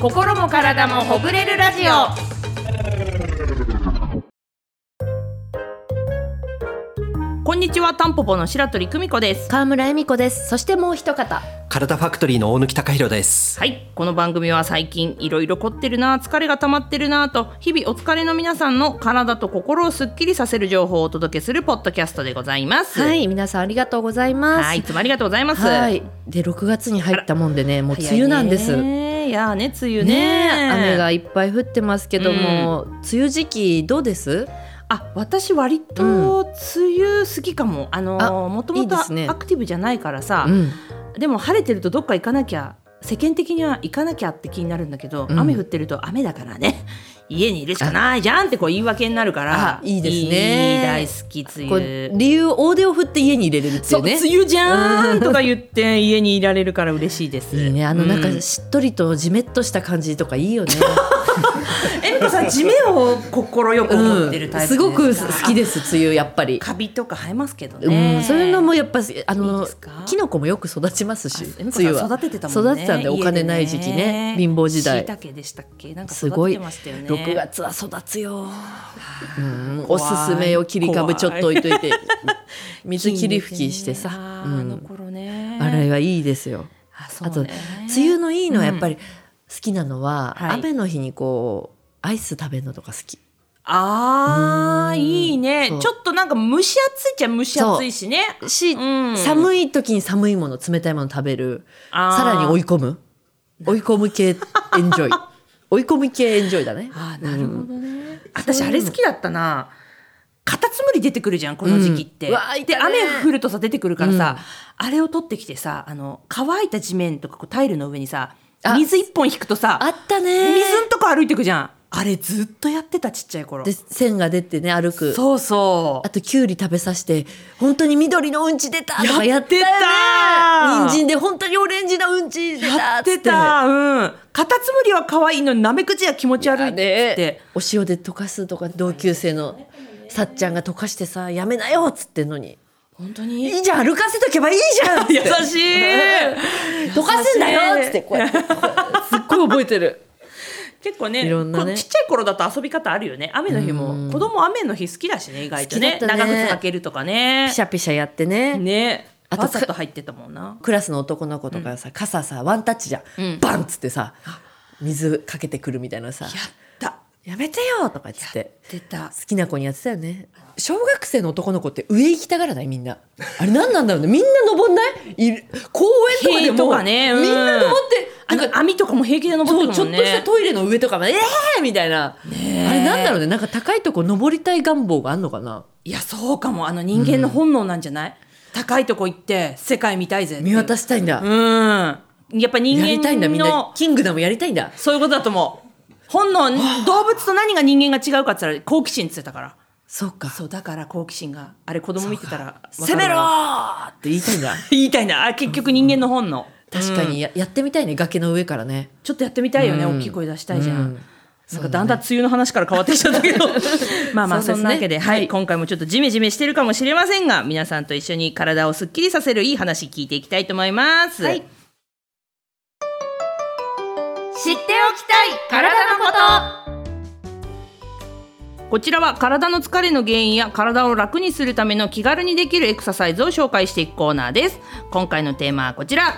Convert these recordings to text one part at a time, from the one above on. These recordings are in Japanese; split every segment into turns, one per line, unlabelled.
心も体もほぐれるラジオこんにちはタンポポの白鳥久美子です
川村恵美子ですそしてもう一方
体ファクトリーの大貫貴弘です。
はいこの番組は最近いろいろ凝ってるな疲れが溜まってるなと日々お疲れの皆さんの体と心をすっきりさせる情報をお届けするポッドキャストでございます
はい皆さんありがとうございます
はいいつもありがとうございます
はいで6月に入ったもんでねもう梅雨なんです
早い
ね
ねいやーね梅雨ね
雨がいっぱい降ってますけども、梅雨時期どうです
あ私割と梅雨好きかも、あの
あ
もと
い
も
い
と
ですね
アクティブじゃないからさで,、
ん
も晴れてるとどっか行かなきゃ世間的には行かなきゃって気になるんだけど、
うん
雨降ってると雨だからね家にいるしかないじゃんってこう言い訳になるから
あいいですね
いい大好き梅
こ
雨
う理由大手を振って家に入れれるってい
そうう梅
ね
雨じゃーんとか言って家にいられるから嬉しいです
いいねあのなん
う
かしっとりとじめっとした感じとかいいよね、
えみこさん地面を心よく思ってるタイプ
すごく
で
好
か
きです梅雨やっぱり、
カビとか生えますけどね、
うん、そういうのもやっぱあの
いいですか
キノコもよく育ちますし
あ恵
梅
美子さん
雨は
育ててたもんね
育てたんでお金ない時期ね貧乏時代
しいたけでしたっけなんか
す
育
ご
て
い
てましたよね
6月は育つよ、うん、おすすめよ切り
怖
株
い
ちょっと置いといて水切り拭きしてさ、
あ
う
ーあの
ん、
頃ね
洗いはいいですよ
あそう
あ
ね
と梅雨のいいのはやっぱり好きなのは、
はい
雨の日にこうアイス食べるのとか好き
あー
うん
いいね
そう
ちょっとなんか蒸し暑いっちゃ蒸し暑いしね
し、
うん
寒い時に寒いもの冷たいもの食べる
あー
さらに追い込む追い込む系エンジョイ 追い込む系エンジョイだね
あーなるほどね私あれ好きだったなカタツムリ出てくるじゃんこの時期って、
うんうわーい
で
たね
雨降るとさ出てくるからさ、あれを取ってきてさあの乾いた地面とかこうタイルの上にさ
あ
水一本引くとさ
あったね
水んとこ歩いてくじゃんあれずっとやってたちっちゃい頃
で線が出てね歩く
そうそ
あときゅうり食べさせて本当に緑のうんち出たと
や
かや
っ
ってて
た
たよね人参で本当にオレンジのうんち
う
出た
や
っ
っ
つ
てたうんカタツムリは可愛いのにナメクジは気持ち悪いっつって
お塩で溶かすとか同級生のさっちゃんが溶かしてさやめなよっつってんのに
本当に
いいじゃん歩かせとけばいいじゃんっつって
優しい
溶かすんだよっつってこうや ってすっごい覚えてる
結構ね
いろんなね
こちっちゃい頃だと遊び方あるよね雨の日も子供雨の日好きだしね意外とね
好きだった
長
ね
靴履けるとかね
ピシャピシャやってね
ね
あと
わざと入ってたもんな
クラスの男の子とかさ、傘さワンタッチじゃん、
うん
バンっつってさ水かけてくるみたいなさ
やった
「やめてよ!」とかっつって
出た
好きな子にやってたよね小学生の男の子って上行きたがらないみんなあれ何なんだろうねみんな登んないいる公園とかで
塀と
も
かねうん
みんな登って
あの網とかも平気で
そ
登
う
って
ち
るも
ょ
ん
っ
ね
としたトイレの上とかまで「ええー!」みたいな、あれなんだろうねなんか高いとこ登りたい願望があんのかない
やそうかもあの人間の本能なんじゃない、高いとこ行って世界見たいぜっていう
見渡したいんだ、
うんやっぱ人
やりたいんだ
間
みんな
の
キングダムやりたいんだ
そういうことだと思う本能動物と何が人間が違うかって言ったら好奇心っつってたから
そうか
そうだから好奇心があれ子供見てたらわか
攻
るわ
めろーって言いたいんだ
言いたいなあ結局人間の本能、
確かにや,、やってみたいね崖の上からね
ちょっとやってみたいよね、
うん
大きい声出したいじゃん、
うん
なんかだんだん梅雨の話から変わってきちゃったけど まあまあ
そ
そう
で
ん
すね
なわけで、はい今回もちょっとジメジメしてるかもしれませんが皆さんと一緒に体をすっきりさせるいい話聞いていきたいと思います、
はい
知っておきたい体のことこちらは体の疲れの原因や体を楽にするための気軽にできるエクササイズを紹介していくコーナーです今回のテーマはこちら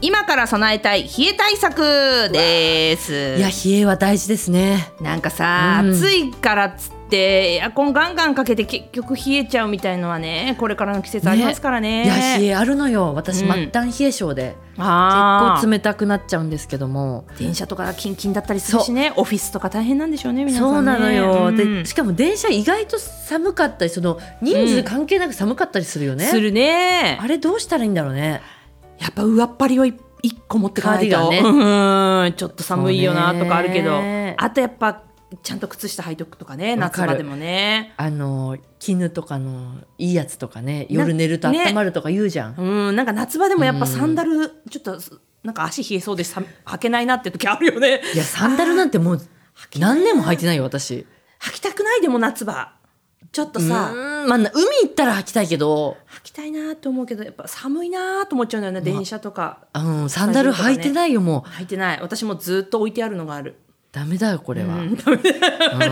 今から備えたい冷え対策です
いや冷えは大事ですね
なんかさ、
うん
暑いからっつってエアコンガンガンかけて結局冷えちゃうみたいのはねこれからの季節ありますからね
いや冷えあるのよ
う
私
ん
末端冷え性で、
あ
結構冷たくなっちゃうんですけども
電車とかキンキンだったりするしねオフィスとか大変なんでしょうね皆さんね
そうなのよ、
うん
でしかも電車意外と寒かったりその人数関係なく寒かったりするよね、
するね
あれどうしたらいいんだろうね
やっぱ上っ張りをい一個持ってかないと
カーディ
うんちょっと寒いよなとかあるけど、
そうね
あとやっぱちゃんと靴下履いとくとかね
わ
夏
かる
場でもね
あの絹とかのいいやつとかね
な
夜寝ると
ね
温まるとか言うじゃん、
うんなんか夏場でもやっぱサンダル、ちょっとなんか足冷えそうでさ履けないなって時あるよね
いやサンダルなんてもう何年も履いてないよ私
履きたくないでも夏場ちょっと
う
さ、
ーんまあ、海行ったら履きたいけど、
履きたいなと思うけどやっぱ寒いなと思っちゃうんだよね電車とか
うん、サンダル履いてないよ、もう。
履いてない私もずっと置いてあるのがある
ダメだよ、これは。で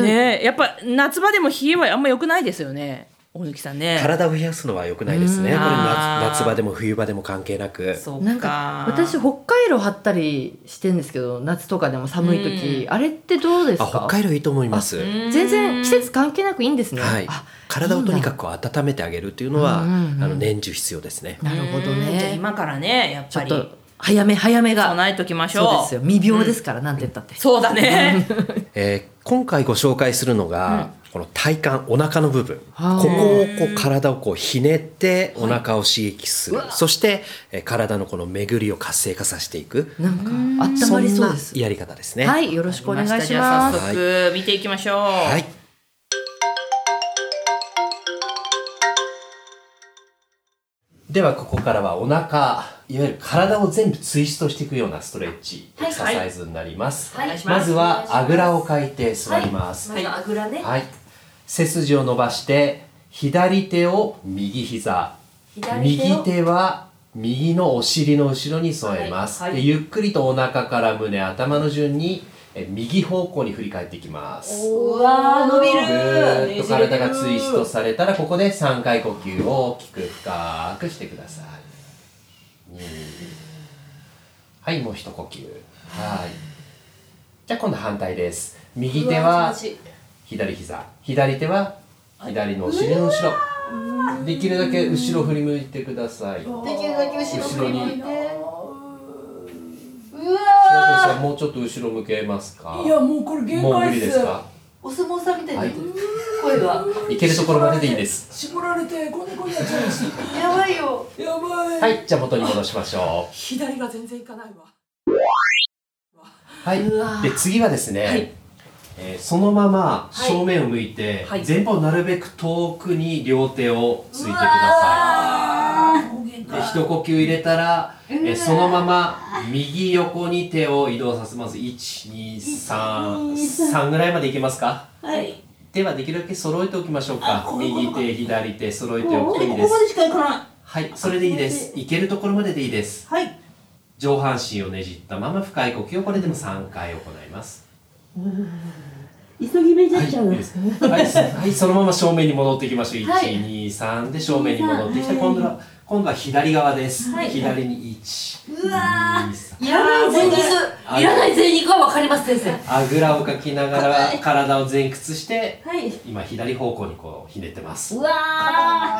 も
ねえやっぱ夏場でも冷えはあんま良くないですよね大貫さんね
体を冷やすのは良くないですね。
うん
これ
あー
夏夏場でも冬場でも関係なく。
そう
なんか私
あ
北海道張ったりしてんですけど夏とかでも寒い時、あれってどうです
あ、
か
北海道いいと思います。
全然季節関係なくいいんですね、
はい
あ。
体をとにかく温めてあげるっていうのは、
うんうんうん
あの年中必要ですね。
なるほど
じゃあ
ね
今からねやっ
ち
ぱ
ょっ
り
と早め早めが
備えときましょう
そうですよ未病ですから、なんて言ったって
そうだね
えー今回ご紹介するのが、この体幹お腹の部分こ
はあ
こをこう体をこうひねってお腹を刺激する、そして、えー体のこの巡りを活性化させていく
なんか温まりそうです
そんなやり方ですね。
はいよろしくお願いします
じゃあ早
す
速見ていきましょう
はいではここからはお腹いわゆる体を全部ツイストしていくようなストレッチ、エクササイズになります、
はいお願いし
ま
ます
ずはあぐらをかいて座ります、
ずあ
ぐらね
はい、背筋を伸ばして左手を右膝
左手を
右手は右のお尻の後ろに添えます、
はいはい
でゆっくりとお腹から胸頭の順にえ右方向に振り返っていきます
うわー伸びる
ぐーっと体がツイストされたらここで3回呼吸を大きく深くしてくださいにはいもう一呼吸はいじゃあ今度反対です右手は左膝左手は左のお尻の後ろできるだけ後ろ振り向いてください後ろ
できるだけ後ろ振り向いてう
さ
わ
んもうちょっと後ろ向けますか
ーいやもうこれ限
もう無
界
理
っ
ですすか
お相撲さんみたいになってる
は
声が
いけるところまででいいです
絞られてこんな声になっちゃうしやばいよやばい、
はいじゃあ元に戻しましょう
左が全然いかないわ
はい、で次はですね、
はい
えーそのまま
はい
正面を向いて、
はい
前方なるべく遠くに両手をついてくださ
もう限
いで
界
一呼吸入れたら、えーそのまま右横に手を移動させます1233ぐらいまでいけますか
はい
ではできるだけ揃えておきましょうか右手左手揃えておくといいで
ここますでしかいかない
はいそれでいいですいけるところまででいいです
はい
上半身をねじったまま深い呼吸をこれでも3回行います
急ぎ目に
はい、いいですはい、そはいそのまま正面に戻っていきましょう。一、二、三で正面に戻ってきて、今度は、今度は左側です。左に一。うわ
いらない前日
はい
いらない前肉はわかります先生
あぐらをかきながら、体を前屈して、
はい
今左方向にこうひねってます。
うわ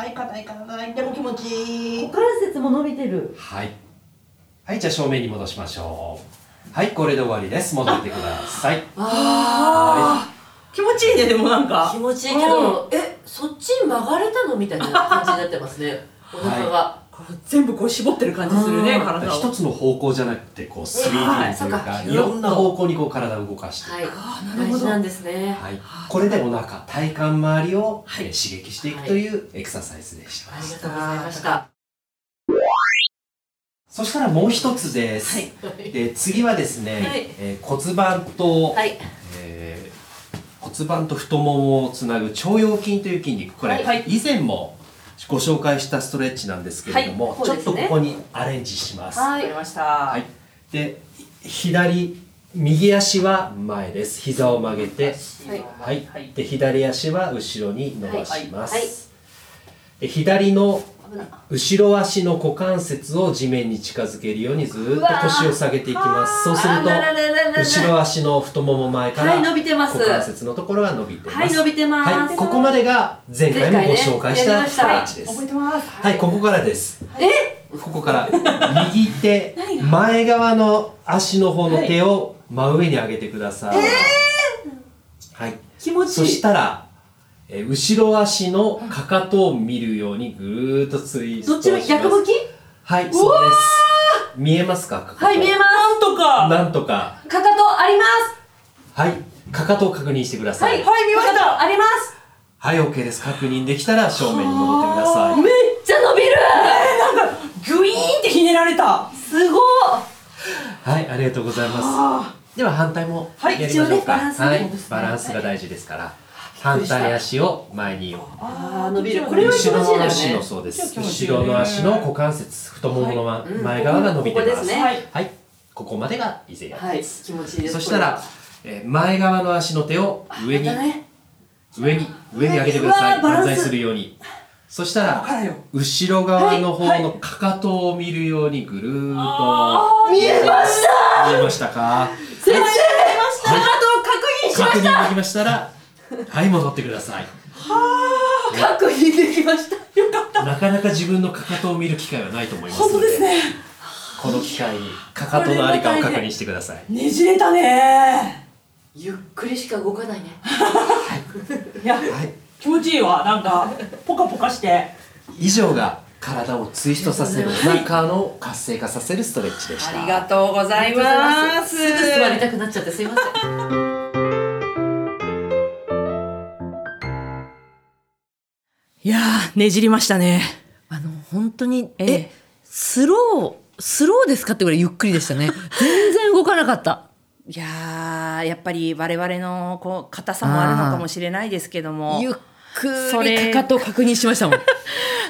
い硬い硬いでも気持ちい
ー
い
股関節も伸びてる
はい。はい、じゃあ正面に戻しましょう。はい、これで終わりです。戻ってください。は
気持ちいいねでもなんか
気持ちいいけど、えそっちに曲がれたのみたいな感じになってますねお腹が、
全部こう絞ってる感じするね
うん
体を
一つの方向じゃなくて、こう 3D というか、いろんな方向にこう体を動かして。
はい大事なんですね
はい、 これでお腹体幹周りを、えー刺激していくというエクササイズでした、
ありがとうございました
そしたらもう一つです、で次はですね、
はい
えー骨盤と、
はい
えー骨盤と太ももをつなぐ腸腰筋という筋肉これ、
はい
以前もご紹介したストレッチなんですけれども、
はい
ち
そう
ょっ
です
と
ね
ここにアレンジします、
わかりました
はい、で左右足は前です膝を曲げてはい、
はい
で左足は後ろに伸ばします、
はいはい
で左の後ろ足の股関節を地面に近づけるようにずーっと腰を下げていきますそうすると
あらららららら
後ろ足の太もも前から
はい伸びてます
股関節のところが伸びてます
はい伸びてます
はいここまでが前回もご紹介
前回ねやり
した
まし
ス
た
トレッチです
覚えてます
はい、ここからです。ここから右手前側の足の方の手を真上に上げてください。はい。
気持
そしたら、えー後ろ足のかかとを見るようにぐーっとツイス
どっ
ト
ち
し
も
ます。
逆向き
はい、そうです。見えますかかかと。
はい見えます
なんとか
なんとか。
かかとあります
はい。かかとを確認してくださ
は
い。
い見まし
かか
た
とあります
はい、OK です。確認できたら正面に戻ってください。
めっちゃ伸びる
グイーンってひねられた
すごい
はい、ありがとうございます。では反対も
はい
やりましょうか。
一応ねバランスが
バランスが大事ですから。反対足を前に
あー伸びるこれは気
後
持ちいい
ろの
です
足
ね
のそうです
今日気持ちいい
後ろの足の股関節太ももの、ま前側が伸びてます
ここですねはい
はいここまでが以前やった
はい気持ちいいです
そしたら、えー前側の足の手を上に、
またね
上に上に上げてください
わあバランス
万歳するようにそした
ここかららよ
後ろ側の
は
方
い
の
は
かかとを見るようにぐるーっ
見えました
と見えましたか
先生見えましたかかとを確認しま
確
した
認できましたらはい戻ってください
確認できましたよかった
なかなか自分のかかとを見る機会はないと思います
本
の
当
で
ですね
この機会にかかとのありかを確認してください
ねじれたね
ゆっくりしか動かないね
いや
はい
気持ちいいわなんかポカポカして
以上が体をツイストさせるお腹の活性化させるストレッチでした
ありがとうございます。
すぐ座りたくなっちゃってすいません
いやーねじりましたね
あの本当にえ
ええ
スロースローですかってぐらいゆっくりでしたね。 全然動かなかった。
いやーやっぱり我々のこう硬さもあるのかもしれないですけども
ゆっく
そ
り
れ
かかとを確認しましたもん。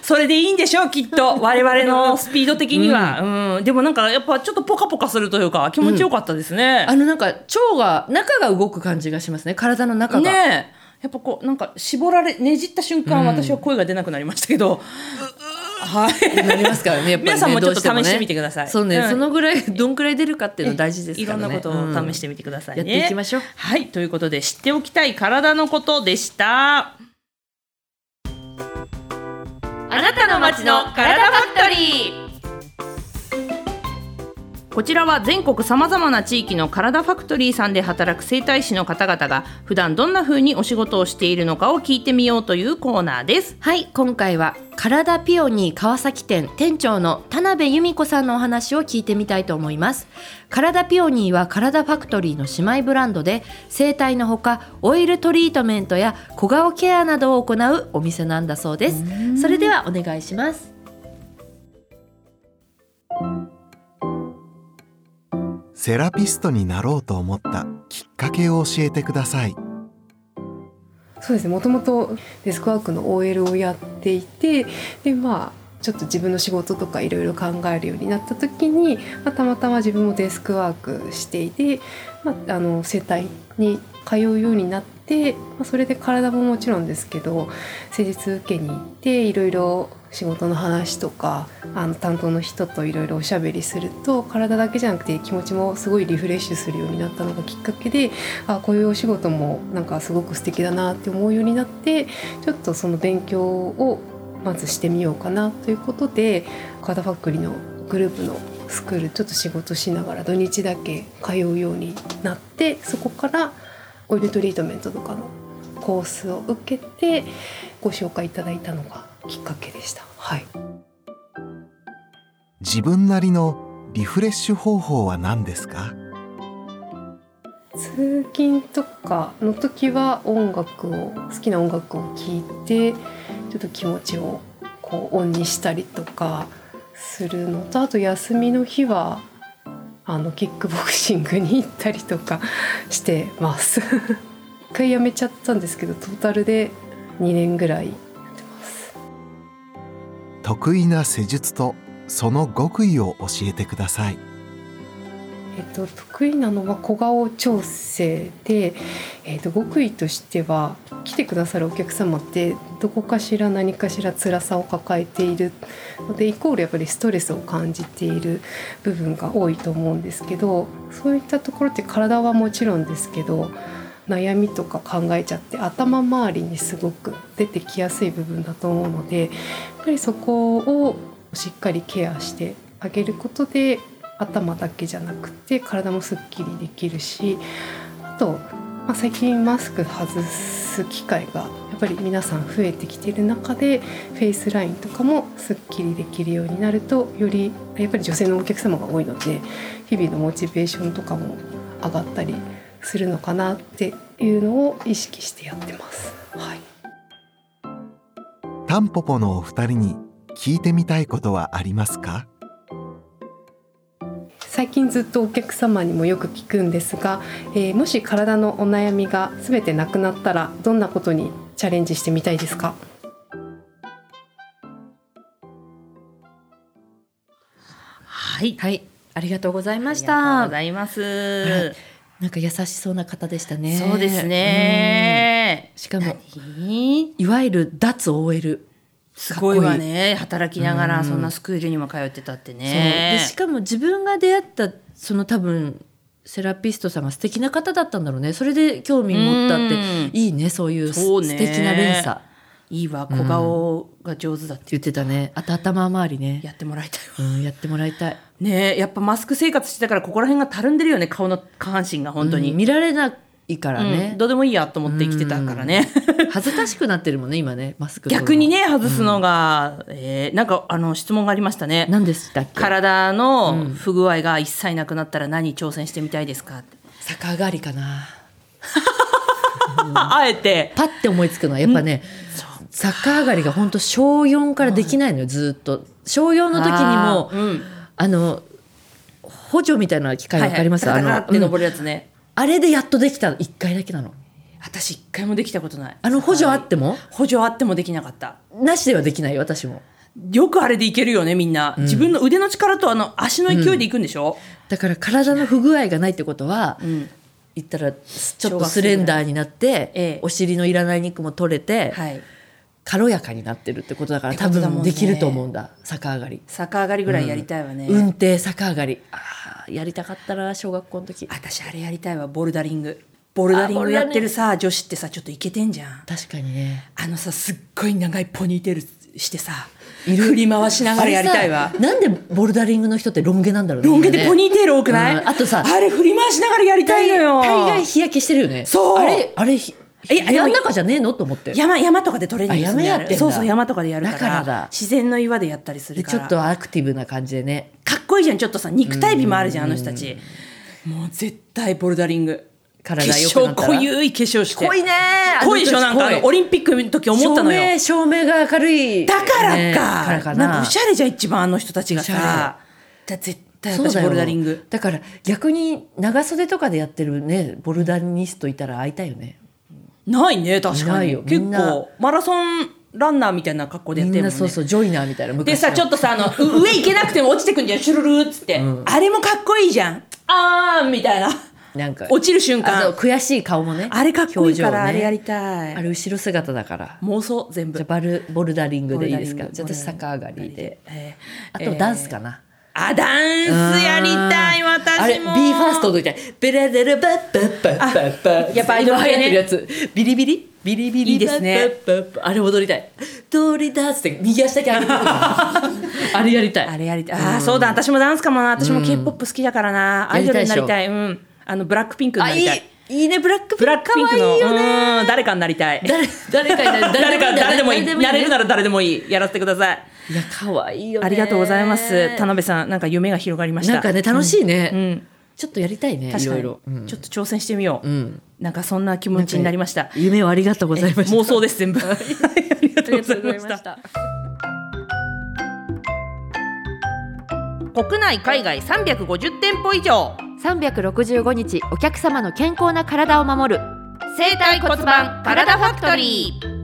それでいいんでしょうきっ と我々のスピード的には、うんでもなんかやっぱちょっとポカポカするというか気持ちよかったですね
あ、のなんか腸が中が動く感じがしますね。体の中が。
ねえやっぱこうなんか絞られねじった瞬間、私は声が出なくなりましたけど、はい
なりますか らね。やっぱりね
皆さんもちょっと
どうてね
試してみてください
そうね、
うん
そのぐらいどんくらい出るかっていうの大事ですからね。
いろんなこと
う
を
ん
試してみてくださいね、
やっていきましょう
はいということで知っておきたい体のことでしたあなたの街の体ファクトリーこちらは全国さまざまな地域の体ファクトリーさんで働く整体師の方々が普段どんな風にお仕事をしているのかを聞いてみようというコーナーです。
はい今回は体ピオニー川崎店店長の田辺由美子さんのお話を聞いてみたいと思います体ピオニーは体ファクトリーの姉妹ブランドで整体のほかオイルトリートメントや小顔ケアなどを行うお店なんだそうですそれではお願いします
セラピストになろうと思ったきっかけを教えてください
そうですねもともとデスクワークの OL をやっていてでまあちょっと自分の仕事とかいろいろ考えるようになった時に、まあ、たまたま自分もデスクワークしていて、まあ、あの整体に通うようになって、まあ、それで体ももちろんですけど施術受けに行っていろいろ仕事の話とかあの担当の人といろいろおしゃべりすると体だけじゃなくて気持ちもすごいリフレッシュするようになったのがきっかけであこういうお仕事もなんかすごく素敵だなって思うようになってちょっとその勉強をまずしてみようかなということでカードファクトリーのグループのスクールちょっと仕事しながら土日だけ通うようになってそこからオイルトリートメントとかのコースを受けてご紹介いただいたのがきっかけでした。はい
自分なりのリフレッシュ方法は何ですか
通勤とかの時は音楽を好きな音楽を聴いてちょっと気持ちをこうオンにしたりとかするのとあと休みの日はあのキックボクシングに行ったりとか してます。 一回やめちゃったんですけどトータルで2年ぐらいやってます。
得意な施術とその極意を教えてください
えっと、得意なのは小顔調整で、えっと、極意としては来てくださるお客様ってどこかしら何かしら辛さを抱えているのでイコールやっぱりストレスを感じている部分が多いと思うんですけどそういったところって体はもちろんですけど悩みとか考えちゃって頭周りにすごく出てきやすい部分だと思うのでやっぱりそこをしっかりケアしてあげることで頭だけじゃなくて体もすっきりできるしあと、まあ、最近マスク外す機会がやっぱり皆さん増えてきてる中でフェイスラインとかもすっきりできるようになるとよりやっぱり女性のお客様が多いので日々のモチベーションとかも上がったりするのかなっていうのを意識してやってます。はい
タンポポのお二人に聞いてみたいことはありますか
最近ずっとお客様にもよく聞くんですが、えーもし体のお悩みが全てなくなったらどんなことにチャレンジしてみたいですか
はい
はい、ありがとうございまし
ありがとう
た。
ございます、
いなんか優しそうな方でしたね。
そうですね
うん。しかも、
何
いわゆる脱 OL。
すごいわ
かっこ
ね働きなが
う
ら
ん
そんなスクールにも通ってたって
そうで
ね
しかも自分が出会ったその多分セラピストさんが素敵な方だったんだろうねそれで興味持ったって
うん
いいねそういうす
そうね
素敵な連鎖って
いいわ小顔が上手だって
言ってたねあと頭周りね
やってもらいたいわ
うん、やってもらいたい
ねえやっぱマスク生活してたからここら辺がたるんでるよね顔の下半身が本当
う
に、
ん見られないから
う
ね
ん、どうでもいいやと思って生きてたからね、
恥ずかしくなってるもんね今ねマスク取るの
逆にね外すのが、えーなんかあの質問がありましたね
何でしたっけ
体の
うん
不具合が一切なくなったら何に挑戦してみたいですかって、
逆上がりかな
ああえて
パッて思いつくのはやっぱね逆上がりが本当小4からできないのよずーっと小4の時に
あ
も
ーうん
あの補助みたいな機械わかります、
はいはい、
あ
あ
の
って
うん
登るやつね、
あれでやっとできた一回だけなの
私一回もできたことない
あの補助あっても、
補助あってもできなかった
なしではできないよ私も
よくあれでいけるよねみんな、自分の腕の力とあの足の勢いでいくんでしょ、
だから体の不具合がないってことは、
ん
言ったらちょっとスレンダーになって、
ええ
お尻のいらない肉も取れて、
はい
軽やかになってるってことだから多
ってことだもん
分
ね
できると思うんだ逆上がり
逆上がりぐらいやりたいわね、
運転逆上がりあーやりたかったら小学校の時
私あれやりたいわボルダリングボルダリン
あボ
グ
ルダ
や
リ
っ
ング
てるさ女子ってさちょっといけてんじゃん
確かにね
あのさすっごい長いポニーテールしてさ振り回しながらやりたいわ
あれさなんでボルダリングの人ってロン毛なんだろうね
ロン毛でポニーテール多くない、
うんあとさ
あれ振り回しながらやりたいのよ
大概日焼けしてるよね
そう
あれあれひ
え
えやん中じゃねえのと思って
山山とかでトレーニングするんだよ
あ山やってんだ
そうそう山とかでやるから
だからだ
自然の岩でやったりする
で
か
ち
ら
ょっとアクティブな感じでね
かっこいいじゃんちょっとさ肉体美もあるじゃんあの人たちもう絶対ボルダリング
体
化
良くな
粧
ったら
濃ゆい化粧して
濃いね
濃いでしょなんかあのオリンピックの時思ったのよ
照明照明が明るい
だからか,、
ねからかな
なんかおしゃれじゃん一番あの人たちが
おし
さ
ゃ
だ絶対
そう
私
だよ
ボルダリング
だから逆に長袖とかでやってるねボルダニストいたら会いたいよね
ないね確か
ない
に
よ
結
みんな
構マラソンランナーみたいな格好でや
み
って
ん
るも
なん
ね
そうそうジョイナーみたいな昔
でさちょっとさあのう上行けなくても落ちてくんじゃんシュルルーっつって、あれもかっこいいじゃんあーんみたいな
となんか
落ちる瞬
あ
間
と悔しい顔もね
あれかっこいいから、あ
表情
れ
ね
やりたい
あれ後ろ姿だから
妄想全部
じゃあバルボルダリングでいいです
ボ
か
ルダリング
じゃあ私逆上がりで
え
あ
ー
とダンスかな、
あダンスやりたい
あーあ
私
れ b
も
f ファーストの時だベラデラバッパッパッパッパッ
やっぱ
今流行っ
アイドル系ね
てるやつビリビリビリビリ
いいですね
バッパッパッパあれ踊りたい通りダンスって右足だけ上げてくるあれやりたい
あれやりたいあーそうだ私もダンスかもな私も k p o p 好きだからな、アイドルになりたいうんあのブラックピンクに
あ
なり
いい
たい
いいねブラック
ブラックピンクの
可愛いよね
うん誰かになりたい
誰誰かになる
誰か誰でもいいなれるな
ら
ら誰でもいいやらせてください
いや可愛いよね
ありがとうございます田辺さんなんか夢が広がりました
なんかね楽しいね、
うん
ちょっとやりたいねい
確か
ろ
に
いろ、うん
ちょっと挑戦してみよう、
ん
なんかそんな気持ちになりました
夢をありがとうございました
妄想です全部ありがとうございました
た
国内海外350店舗以上
365日お客様の健康な体を守る
生体骨盤体ファクトリー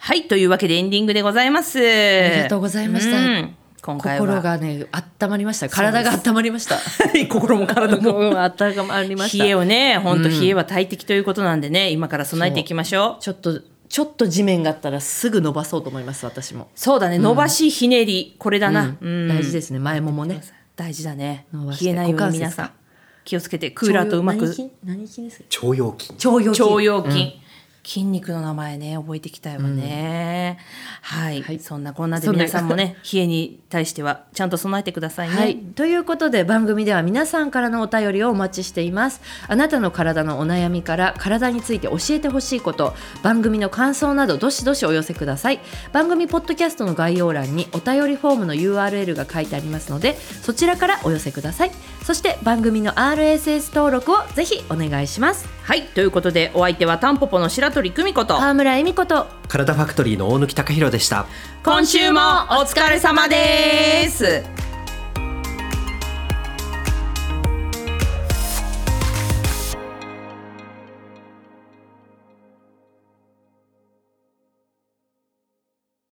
はいというわけでエンディングでございますあ
ありがとうございました
今回は
心がね温まりました体が温まりました
心も体も
うん温まりました
冷えをね本当冷えは大敵ということなんでね、今から備えていきましょう
ちょっとちょっと地面があったらすぐ伸ばそうと思います私も、
そうだね伸ばしひねり、これだな、
うん大事ですね前ももね
大事だね
伸ばして
冷えないように
股関節
皆さん気をつけてクーラーとうまく
腸腰何筋何筋ですか
腸腰筋
腸腰筋
腸腰筋、筋肉の名前ね覚えていきたいわね、はい、
はい
そんなこんなで
そんな
皆さんもね冷えに対してはちゃんと備えてくださいね、
はい、ということで番組では皆さんからのお便りをお待ちしていますあなたの体のお悩みから体について教えてほしいこと番組の感想などどしどしお寄せください番組ポッドキャストの概要欄にお便りフォームの URL が書いてありますのでそちらからお寄せくださいそして番組の RSS 登録をぜひお願いします
はいということでお相手はタンポポの白
鳥久美子と
川村恵美子と
体ファクトリーの大貫貴弘でした
今週もお疲れ様です